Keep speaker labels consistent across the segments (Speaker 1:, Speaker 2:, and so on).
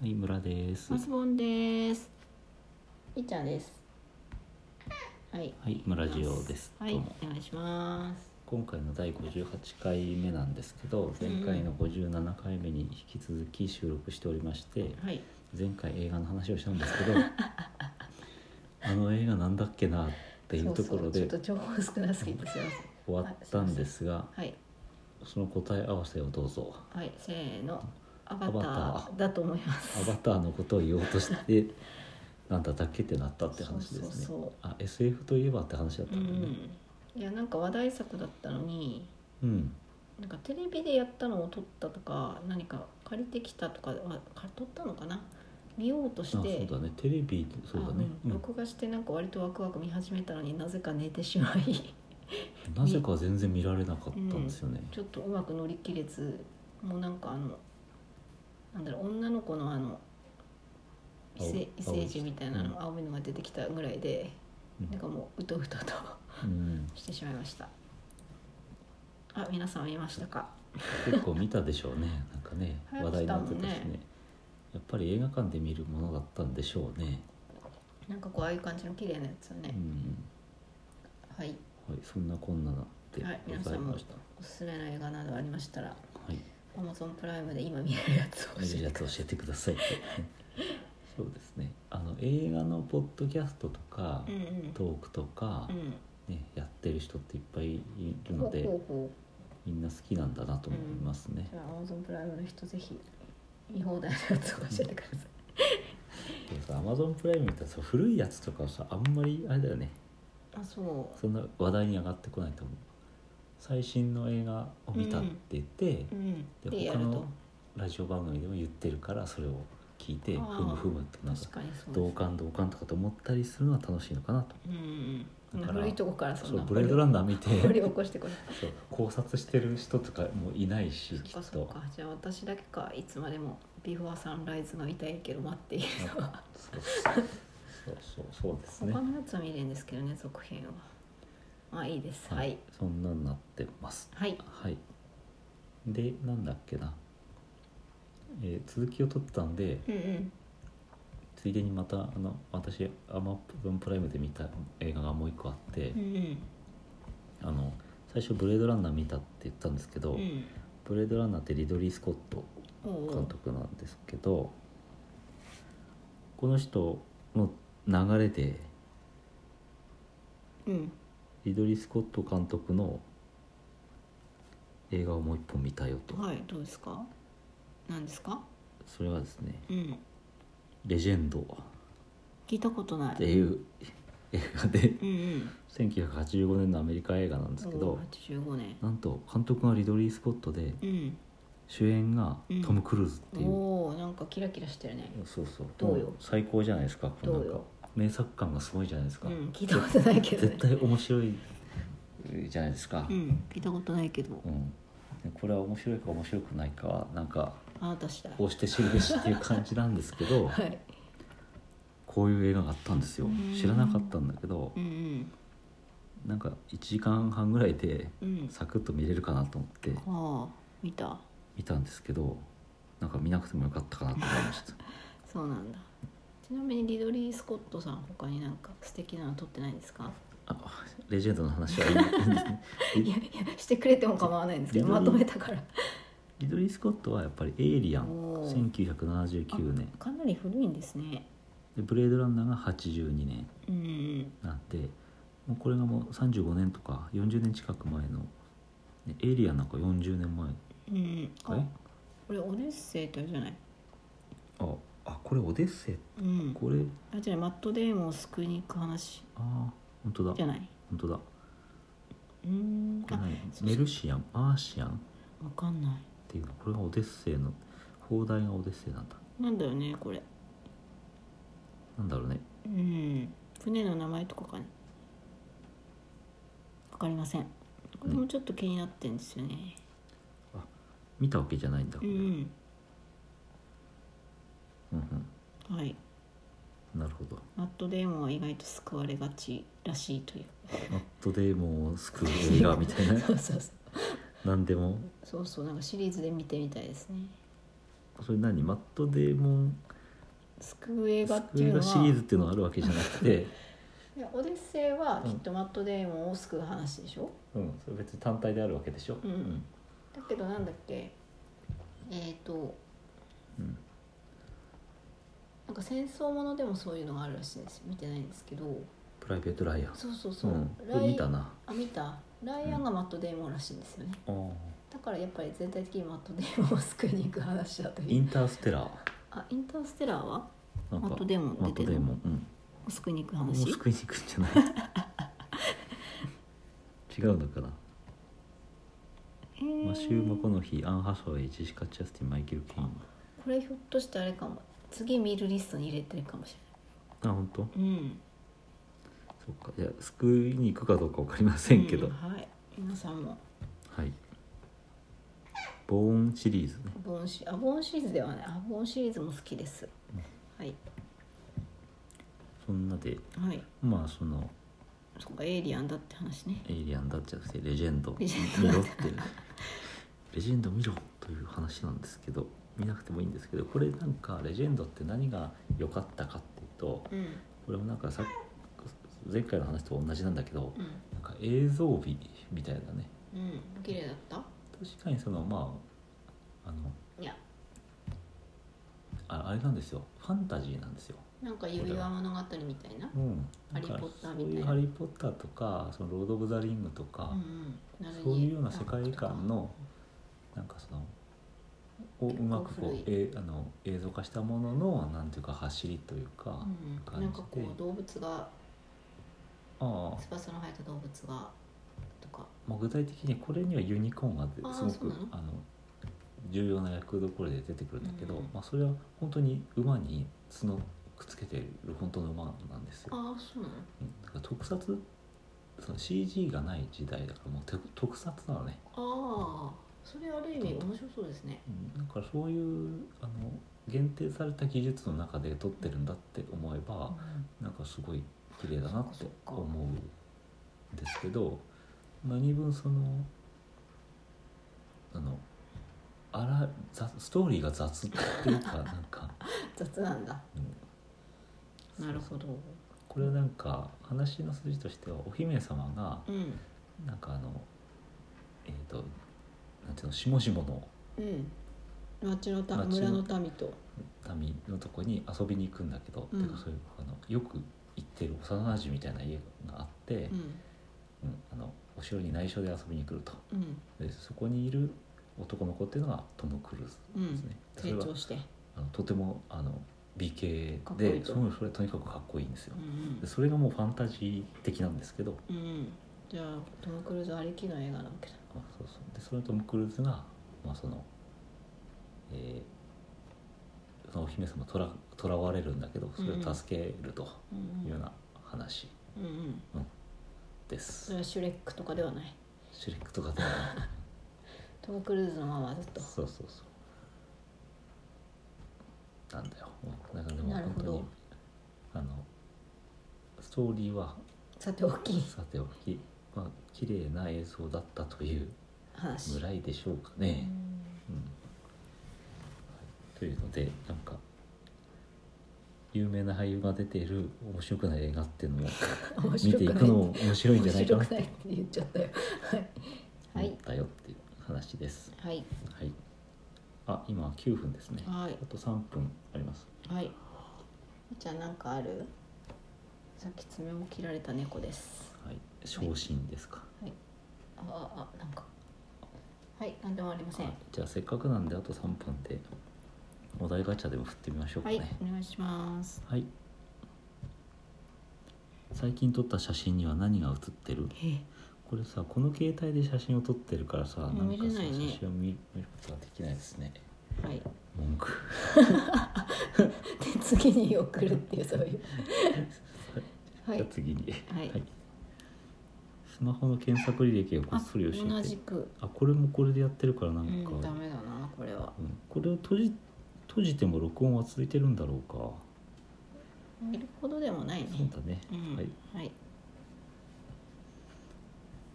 Speaker 1: はい、村です。
Speaker 2: マ
Speaker 1: は
Speaker 2: スボンです。いっちゃんです。はい。
Speaker 1: い、村ジオです。
Speaker 2: はい、
Speaker 1: どう
Speaker 2: お
Speaker 1: も。
Speaker 2: 願いします。
Speaker 1: 今回の第58回目なんですけど、前回の57回目に引き続き収録しておりまして、
Speaker 2: はい。
Speaker 1: 前回映画の話をしたんです けど、あの映画なんだっけなっていうところ
Speaker 2: そう
Speaker 1: で
Speaker 2: そうちょっと情報少なすぎてすいま
Speaker 1: 終わったんですが、
Speaker 2: せん。はい。
Speaker 1: その答え合わせをどうぞ。
Speaker 2: はい。せーの。アバ
Speaker 1: アバ
Speaker 2: タ
Speaker 1: タ
Speaker 2: ーだと思います。
Speaker 1: アバターのことを言おうと して、なんだったっけってなったって話ですね。
Speaker 2: そうそうそう
Speaker 1: あ、SF といえばって話だった
Speaker 2: うん
Speaker 1: だね。
Speaker 2: ん。いや、なんか話題作だったのに。
Speaker 1: うん、
Speaker 2: なんかテレビでやったのを撮ったとか何か借りてきたとかはか撮ったのかな見ようと
Speaker 1: あ、
Speaker 2: し
Speaker 1: そう
Speaker 2: て
Speaker 1: だね。テレビ、そうだね。
Speaker 2: あうん録画してなんか割とワクワク見始めたのになぜか寝てしまい
Speaker 1: なぜか全然見られなかったんですよね、
Speaker 2: ちょっとうまく乗り切れずもうなんかあのなんだろう女の子のあの異
Speaker 1: 青
Speaker 2: 性異
Speaker 1: 青い
Speaker 2: 性児みたいなの青いのが出てきたぐらいで
Speaker 1: うん
Speaker 2: なんかもううとうと と
Speaker 1: うん
Speaker 2: してしまいましたあ皆さん見ましたか
Speaker 1: 結構見たでしょうね なんかね
Speaker 2: 流行
Speaker 1: 話
Speaker 2: って
Speaker 1: 題に
Speaker 2: た
Speaker 1: な
Speaker 2: も
Speaker 1: っ
Speaker 2: ん
Speaker 1: て
Speaker 2: ね
Speaker 1: たしねやっぱり映画館で見るものだったんでしょうね、
Speaker 2: なんかこうああいう感じの綺麗なやつよ
Speaker 1: う
Speaker 2: ね、
Speaker 1: ん
Speaker 2: はい
Speaker 1: はい、そんなこんなで
Speaker 2: はい
Speaker 1: ご
Speaker 2: 皆
Speaker 1: ざ
Speaker 2: さ
Speaker 1: い
Speaker 2: んも
Speaker 1: ました、は
Speaker 2: おすすめの映画などありましたら
Speaker 1: い
Speaker 2: Amazon プライムで今見れるやつを教
Speaker 1: 見る
Speaker 2: え
Speaker 1: や
Speaker 2: て
Speaker 1: つ教
Speaker 2: くださ
Speaker 1: えてくださいって そうですねあの映画のポッドキャストとか、
Speaker 2: いうんうん
Speaker 1: トークとか
Speaker 2: う、ん
Speaker 1: ね、やってる人っていっぱいいる
Speaker 2: ほ
Speaker 1: の
Speaker 2: う
Speaker 1: で
Speaker 2: ほうほう
Speaker 1: みんな好きなんだなと思いますね、
Speaker 2: じゃあ Amazon プライムの人ぜひ見放題のやつを教えてください。
Speaker 1: でもさアマゾンプライムみたいなさ古いやつとかはさあんまりあれだよね
Speaker 2: あそう。
Speaker 1: そんな話題に上がってこないと思う最新の映画を見たって言って、
Speaker 2: うん。
Speaker 1: で
Speaker 2: でや
Speaker 1: 他
Speaker 2: る
Speaker 1: の
Speaker 2: と
Speaker 1: ラジオ番組でも言ってるからそれを聞いて
Speaker 2: あ
Speaker 1: ふ
Speaker 2: ー
Speaker 1: むふむってなん
Speaker 2: 確
Speaker 1: か
Speaker 2: かにそう
Speaker 1: 同
Speaker 2: です。
Speaker 1: 感同感とかと思ったりするのは楽しいのかなと
Speaker 2: うんうん。
Speaker 1: だから
Speaker 2: 古いとこからそ
Speaker 1: そ
Speaker 2: ん
Speaker 1: う
Speaker 2: な
Speaker 1: ブレードランナー見て
Speaker 2: 掘り起こしてこい。
Speaker 1: そう考察してる人とかもいないし
Speaker 2: そっ
Speaker 1: き
Speaker 2: か
Speaker 1: っ
Speaker 2: そっ
Speaker 1: と
Speaker 2: か。じゃあ私だけかいつまでもビフォーサンライズが見たいけど待っているのは。
Speaker 1: そうそうそうそうそうですね
Speaker 2: 他のやつは見れるんですけどね続編は。まあいいです。はい。
Speaker 1: そんなんなってます
Speaker 2: はい。
Speaker 1: はい。で、なんだっけな。えー続きを取ったんで、
Speaker 2: うんうん。
Speaker 1: ついでにまた、あの、私、アマゾンプライムで見た映画がもう一個あって
Speaker 2: う。ん
Speaker 1: あの、最初ブレードランナー見たって言ったんですけ
Speaker 2: う
Speaker 1: ど、
Speaker 2: ん。うん。
Speaker 1: ブレードランナーってリドリー・スコット
Speaker 2: おうお
Speaker 1: 監
Speaker 2: う。
Speaker 1: 督なんですけど。この人の流れで、
Speaker 2: うん。
Speaker 1: リドリー・スコット監督の。映画をもう一本見たよと、
Speaker 2: はいどうですか。なんですか。
Speaker 1: それはですね、
Speaker 2: うん。
Speaker 1: レジェンド。
Speaker 2: 聞いたことな
Speaker 1: って
Speaker 2: い。
Speaker 1: いう映画 で
Speaker 2: うんうん。
Speaker 1: 1985年のアメリカ映画なんですけど
Speaker 2: 八十五年。
Speaker 1: なんと監督がリドリー・スコットで
Speaker 2: うん。
Speaker 1: 主演がトム・クルーズっていう、
Speaker 2: おお、なんかキラキラしてるね。
Speaker 1: そうそう
Speaker 2: どうよ
Speaker 1: も最高じゃないですかこれなん
Speaker 2: どう
Speaker 1: か
Speaker 2: よ
Speaker 1: 名作感がすごいじゃないです
Speaker 2: う
Speaker 1: か、
Speaker 2: ん、聞いたことないけど、ね
Speaker 1: 絶。対面白いじゃないですか、
Speaker 2: う
Speaker 1: うん
Speaker 2: ん、聞いたことないけど、
Speaker 1: でこれは面白いか面白くないかはなんか
Speaker 2: あなた次第。
Speaker 1: こうして知るべしっていう感じなんですけど
Speaker 2: はい。
Speaker 1: こういう映画があったんですよ
Speaker 2: うん
Speaker 1: 知らなかったんだけど
Speaker 2: うんうん。
Speaker 1: なんか1時間半ぐらいで
Speaker 2: うん。
Speaker 1: サクッと見れるかなと思って
Speaker 2: ああ、見た。
Speaker 1: 見たんですけどなんか見なくてもよかったかなと思いま した
Speaker 2: そうなんだ。ちなみにリドリー・スコットさん他になんか素敵なの撮ってないんですか
Speaker 1: あレジェンドの話はいいいいんですね
Speaker 2: いやいやしてくれても構わないんですけど
Speaker 1: リドリー
Speaker 2: まとめたから
Speaker 1: リドリー・スコットはやっぱり「エイリアン」
Speaker 2: おー
Speaker 1: 1979年
Speaker 2: かなり古いんですね
Speaker 1: で「ブレードランナー」が82年
Speaker 2: うん
Speaker 1: なんでもうこれがもう35年とか40年近く前の「ねエイリアン」なんか40年前
Speaker 2: うんうん
Speaker 1: え
Speaker 2: あこれオデッセイってあるじゃない
Speaker 1: ああこれ「オデッセイ」
Speaker 2: うん
Speaker 1: これ
Speaker 2: あじゃあマット・デーモンを救いに行く話
Speaker 1: ああ本当
Speaker 2: じゃ
Speaker 1: だ
Speaker 2: ない
Speaker 1: 本当だこ
Speaker 2: うーん
Speaker 1: れ
Speaker 2: あ
Speaker 1: 何
Speaker 2: そうそう
Speaker 1: メルシアンアーシアンっ
Speaker 2: わかんな
Speaker 1: ていうのこれが「オデッセイの」放題が「オデッセイ」なんだ
Speaker 2: いなんだよねこれ
Speaker 1: なんだろうね
Speaker 2: うん船の名前とかかねわかりませんこれもちょっと気になってんですよね
Speaker 1: 見たわけじゃないんだこ
Speaker 2: う
Speaker 1: れ、
Speaker 2: ん、
Speaker 1: うん
Speaker 2: はい
Speaker 1: うん、なるほど
Speaker 2: マット・デーモンは意外と救われがちらしいという
Speaker 1: マットデーモンを救う映画みたいな
Speaker 2: そうそうそう
Speaker 1: 何でも
Speaker 2: そうそうなんかシリーズで見てみたいですね
Speaker 1: それ何マットデーモン
Speaker 2: 救う映画っ
Speaker 1: 救
Speaker 2: てい
Speaker 1: いう
Speaker 2: の
Speaker 1: が
Speaker 2: は
Speaker 1: シリーズっていうのがあるわけじゃなくて、
Speaker 2: いやオデッセイはきっとマット・デイモンを 救う話でしょ、
Speaker 1: うん、それ別に単体であるわけでしょ。
Speaker 2: うんだけどなんだっけえっ、と
Speaker 1: うん
Speaker 2: なんか戦争ものでもそういうのがあるらしいんですよ見てないんですけど
Speaker 1: プライベート・ライアン。
Speaker 2: そうそうそう、
Speaker 1: うん、こ
Speaker 2: ラ
Speaker 1: れ
Speaker 2: イ
Speaker 1: 見たな。
Speaker 2: あ見たライアンがマット・デイモンらしいんですよね、
Speaker 1: あー
Speaker 2: だからやっぱり全体的にマット・デイモンを救いに行く話だとい
Speaker 1: イ
Speaker 2: う
Speaker 1: ンターステラー。
Speaker 2: あインターステラーは
Speaker 1: なんか
Speaker 2: マットデイモン出て
Speaker 1: マ
Speaker 2: る
Speaker 1: ットデイモンうん。
Speaker 2: お救いに行く
Speaker 1: もう
Speaker 2: 話
Speaker 1: 救いに行くんじゃない 違うのかな、
Speaker 2: えー
Speaker 1: マシュー・マコノヒーアン・ハサウェイジェシカ・チャスティンマイケル・キーン
Speaker 2: これひょっとしてあれかも次見るリストに入れてるかもし
Speaker 1: あ本当
Speaker 2: れないうん
Speaker 1: そっかいや救いに行くかどうか分かりませんけど、
Speaker 2: うんはい皆さんも
Speaker 1: はいボーンシリーズね
Speaker 2: アボンシアボンシリーズではないアボンシリーズも好きです、はい
Speaker 1: そんなで
Speaker 2: はい
Speaker 1: まあその
Speaker 2: そっかエイリアンだって話ね
Speaker 1: エイリアンだっちゃなくてレジェンド
Speaker 2: レ
Speaker 1: 見
Speaker 2: ジェンド
Speaker 1: ろってレジェンド見ろという話なんですけど見なくてもいいんですけどこれなんかレジェンドって何が良かったかっていうと
Speaker 2: うん
Speaker 1: これもなんかさ前回の話と同じなんだけど
Speaker 2: うん
Speaker 1: なんか映像美みたいなね
Speaker 2: うん綺麗だった
Speaker 1: 確かにそのまああの
Speaker 2: いや
Speaker 1: ああれなんですよファンタジーなんですよ。
Speaker 2: なんか指輪物語みたいな
Speaker 1: うん、なんか
Speaker 2: ハリーポッター
Speaker 1: そう
Speaker 2: みたいな
Speaker 1: いう「ハリー・ポッター」とか「そのロード・オブ・ザ・リング」とか、
Speaker 2: うんうんなるに
Speaker 1: そういうような世界観のなんかそのをう
Speaker 2: 結構
Speaker 1: まくこう
Speaker 2: 古い
Speaker 1: えあの映像化したもののなんていうか走りというか、
Speaker 2: うん、なんかこう動物が
Speaker 1: ああ
Speaker 2: 翼の生えた動物がとか
Speaker 1: まあ、具体的にこれにはユニコーンが出
Speaker 2: あー
Speaker 1: すご
Speaker 2: そう
Speaker 1: く
Speaker 2: なの
Speaker 1: あの重要な役どころで出てくるんだけど、
Speaker 2: うん
Speaker 1: まあ、それは本当に馬に角くっつけてる本当の馬なんですよ。
Speaker 2: ああそうなの
Speaker 1: うんだから特撮その CG がない時代だからもうて特撮なのね、
Speaker 2: ああそれある意味面白そうですね
Speaker 1: うんだからそういうあの限定された技術の中で撮ってるんだって思えば、なんかすごい綺麗だなって思うんですけど何分そのあのあら雑ストーリーが雑っていうかなんか
Speaker 2: 雑なんだなる
Speaker 1: ど
Speaker 2: ほど
Speaker 1: これはなんか話の筋としてはお姫様が
Speaker 2: うん
Speaker 1: なんかあのえっ、となんていうの下々の
Speaker 2: うん町のた
Speaker 1: 町
Speaker 2: 村
Speaker 1: の
Speaker 2: の民と
Speaker 1: 民のとこに遊びに行くんだけど、
Speaker 2: うん
Speaker 1: てかそういうあのよく行ってる幼馴染みたいな家があって、
Speaker 2: うん
Speaker 1: うんあのお城に内緒で遊びに来ると。
Speaker 2: うん
Speaker 1: でそこにいる男の子っていうのがトム・クルーズ
Speaker 2: う
Speaker 1: です
Speaker 2: ん
Speaker 1: ね、そ
Speaker 2: 成
Speaker 1: れは
Speaker 2: 長して
Speaker 1: あのとてもあの美形
Speaker 2: かっこいい
Speaker 1: で
Speaker 2: と
Speaker 1: そのそれとにかくかっこいいんですよ
Speaker 2: う、ん
Speaker 1: でそれがもうファンタジー的なんですけど
Speaker 2: うんうんじゃあトム・クルーズありきの映画なわけだ
Speaker 1: あそうそうでそのトム・クルーズが、まあそのえーそのお姫様とら囚われるんだけどそれを助けると
Speaker 2: うん
Speaker 1: いうよ
Speaker 2: う
Speaker 1: うんな話
Speaker 2: うんうん
Speaker 1: で
Speaker 2: そ
Speaker 1: す、
Speaker 2: れはシュレックとかではない
Speaker 1: シュレックとかではない
Speaker 2: トム・クルーズのままずっ と
Speaker 1: そうそうそうなんだよなんかでも
Speaker 2: なる
Speaker 1: 本
Speaker 2: ほ
Speaker 1: 当
Speaker 2: ど
Speaker 1: にあのストーリーは
Speaker 2: さておき
Speaker 1: さておきまあ綺麗な映像だったという
Speaker 2: 話
Speaker 1: ぐらいでしょうか
Speaker 2: う
Speaker 1: ね、
Speaker 2: ん
Speaker 1: うんはいというのでなんか有名な俳優が出ている面白くない映画っていうのも
Speaker 2: 面
Speaker 1: 見
Speaker 2: 白
Speaker 1: てい
Speaker 2: くな
Speaker 1: く
Speaker 2: い
Speaker 1: のも面白いんじゃないかなと
Speaker 2: 面白くないって言っちゃったよは
Speaker 1: 思
Speaker 2: いは
Speaker 1: っ
Speaker 2: い
Speaker 1: たよっていう話です。
Speaker 2: はい
Speaker 1: はい、あ今9分ですね、
Speaker 2: はい
Speaker 1: あと3分あります。
Speaker 2: はいじゃあなんかあるさっき爪も切られた猫です
Speaker 1: はい、昇進ですか。
Speaker 2: はいあああなんかはいなんでもありません
Speaker 1: はいじゃあせっかくなんであと3分でお題ガチャでも振ってみましょうか
Speaker 2: は
Speaker 1: ね
Speaker 2: い。お願いします
Speaker 1: はい。最近撮った写真には何が写ってる？
Speaker 2: え
Speaker 1: これさこの携帯で写真を撮ってるからさ、
Speaker 2: ん
Speaker 1: なんか
Speaker 2: 見れ
Speaker 1: さ
Speaker 2: ないね
Speaker 1: 写真を見見ることができないですね。
Speaker 2: はい
Speaker 1: 文句。
Speaker 2: で次に送るっていうそう いうは
Speaker 1: じゃ
Speaker 2: い
Speaker 1: あ次に。
Speaker 2: はい
Speaker 1: スマホの検索履歴をこ
Speaker 2: あ
Speaker 1: っそり教
Speaker 2: 同
Speaker 1: え
Speaker 2: じ
Speaker 1: て。
Speaker 2: く
Speaker 1: あこれもこれでやってるからな
Speaker 2: うん
Speaker 1: か。
Speaker 2: んダメだなこれは
Speaker 1: うんこれを閉じ閉じても録音は続いてるんだろうか。
Speaker 2: 見るほどでもないね
Speaker 1: そうだね。
Speaker 2: うん
Speaker 1: はい。
Speaker 2: はい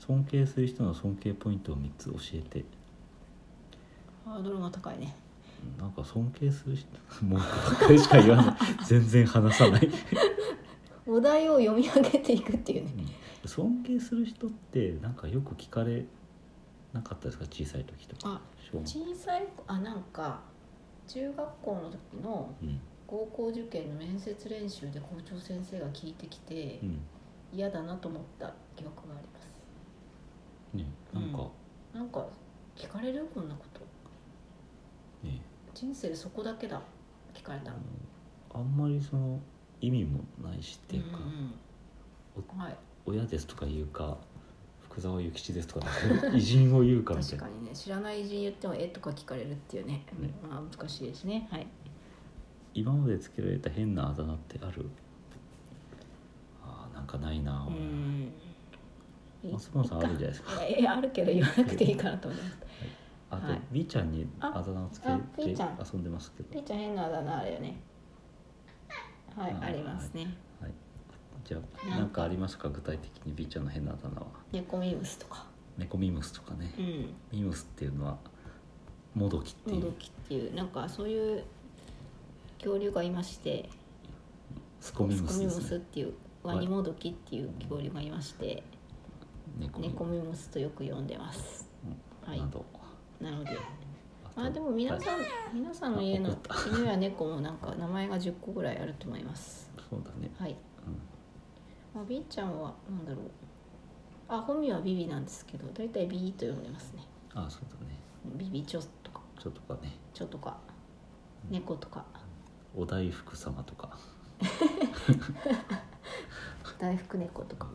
Speaker 1: 尊敬する人の尊敬ポイントを3つ教えて
Speaker 2: ハードルが高いね
Speaker 1: なんか尊敬する人文句ばっかりしか言わない 全然話さない、
Speaker 2: お題を読み上げていくっていうね
Speaker 1: うん尊敬する人ってなんかよく聞かれなかったですか小さい時とか
Speaker 2: あ
Speaker 1: 小学
Speaker 2: 小さいあなんか中学校の時の
Speaker 1: うん
Speaker 2: 高校受験の面接練習で校長先生が聞いてきて
Speaker 1: うん
Speaker 2: 嫌だなと思った記憶があります
Speaker 1: ねなんか、
Speaker 2: なんか聞かれるこんなこと
Speaker 1: ね
Speaker 2: 人生そこだけだ聞かれた
Speaker 1: あ
Speaker 2: の
Speaker 1: のあんまりその意味もないしっていうか、
Speaker 2: んうん、はい
Speaker 1: 親ですとか言うか福沢諭吉ですとかなんか偉人を言うかみたい
Speaker 2: 確
Speaker 1: な
Speaker 2: かにね知らない人言っても「え」とか聞かれるっていうね
Speaker 1: ね
Speaker 2: まあ、難しいですねはい
Speaker 1: 今までつけられた変なあだ名ってあるあーなんかないな、
Speaker 2: うんい
Speaker 1: マスボンさんあるじゃないですか
Speaker 2: いやいやあるけど言わなくていいかなと思います
Speaker 1: あと、
Speaker 2: はい
Speaker 1: B ちゃんにあだ名をつけ
Speaker 2: あ
Speaker 1: て
Speaker 2: B ちゃん
Speaker 1: 遊んでますけど
Speaker 2: ピーちゃん変なあだ名あれよねはい
Speaker 1: あ
Speaker 2: ありますね
Speaker 1: はい、じゃあ何かありますか具体的に B ちゃんの変なあだ名は
Speaker 2: 猫ミムスとか
Speaker 1: 猫ミムスとかね、
Speaker 2: うん
Speaker 1: ミムスっていうのはもどきってい
Speaker 2: も
Speaker 1: う、
Speaker 2: どきっていうなんかそういう恐竜がいまして
Speaker 1: スコミム
Speaker 2: スコ
Speaker 1: ス
Speaker 2: ミ
Speaker 1: で
Speaker 2: ム
Speaker 1: す
Speaker 2: スっ
Speaker 1: ね
Speaker 2: ていうワニモドキっていう恐竜がいまして
Speaker 1: 猫ミ
Speaker 2: 猫
Speaker 1: ム
Speaker 2: ミムスとよく呼んでます
Speaker 1: ス
Speaker 2: はい
Speaker 1: など、
Speaker 2: なので
Speaker 1: と
Speaker 2: まあでも皆さん皆さんの家
Speaker 1: あ
Speaker 2: の
Speaker 1: 怒
Speaker 2: 犬や猫もなんか名前が10個ぐらいあると思います
Speaker 1: そうだね、
Speaker 2: はい、
Speaker 1: うん
Speaker 2: まあ、B ちゃんはなんだろうあ本名はビビなんですけどだいたいビーと呼んでますね
Speaker 1: あそうだね
Speaker 2: ビビチョとか
Speaker 1: ちょっとかね
Speaker 2: チョとか猫とか
Speaker 1: お大福様とか
Speaker 2: 大福猫とか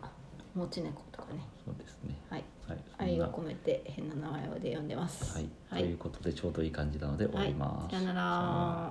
Speaker 2: もち猫とかね
Speaker 1: そうですね
Speaker 2: はい
Speaker 1: はい
Speaker 2: 愛
Speaker 1: そ
Speaker 2: を
Speaker 1: んな
Speaker 2: 込めて変な名前で呼んでます
Speaker 1: はい、
Speaker 2: はい
Speaker 1: ということでちょうどいい感じなので終わります、
Speaker 2: はい、さよなら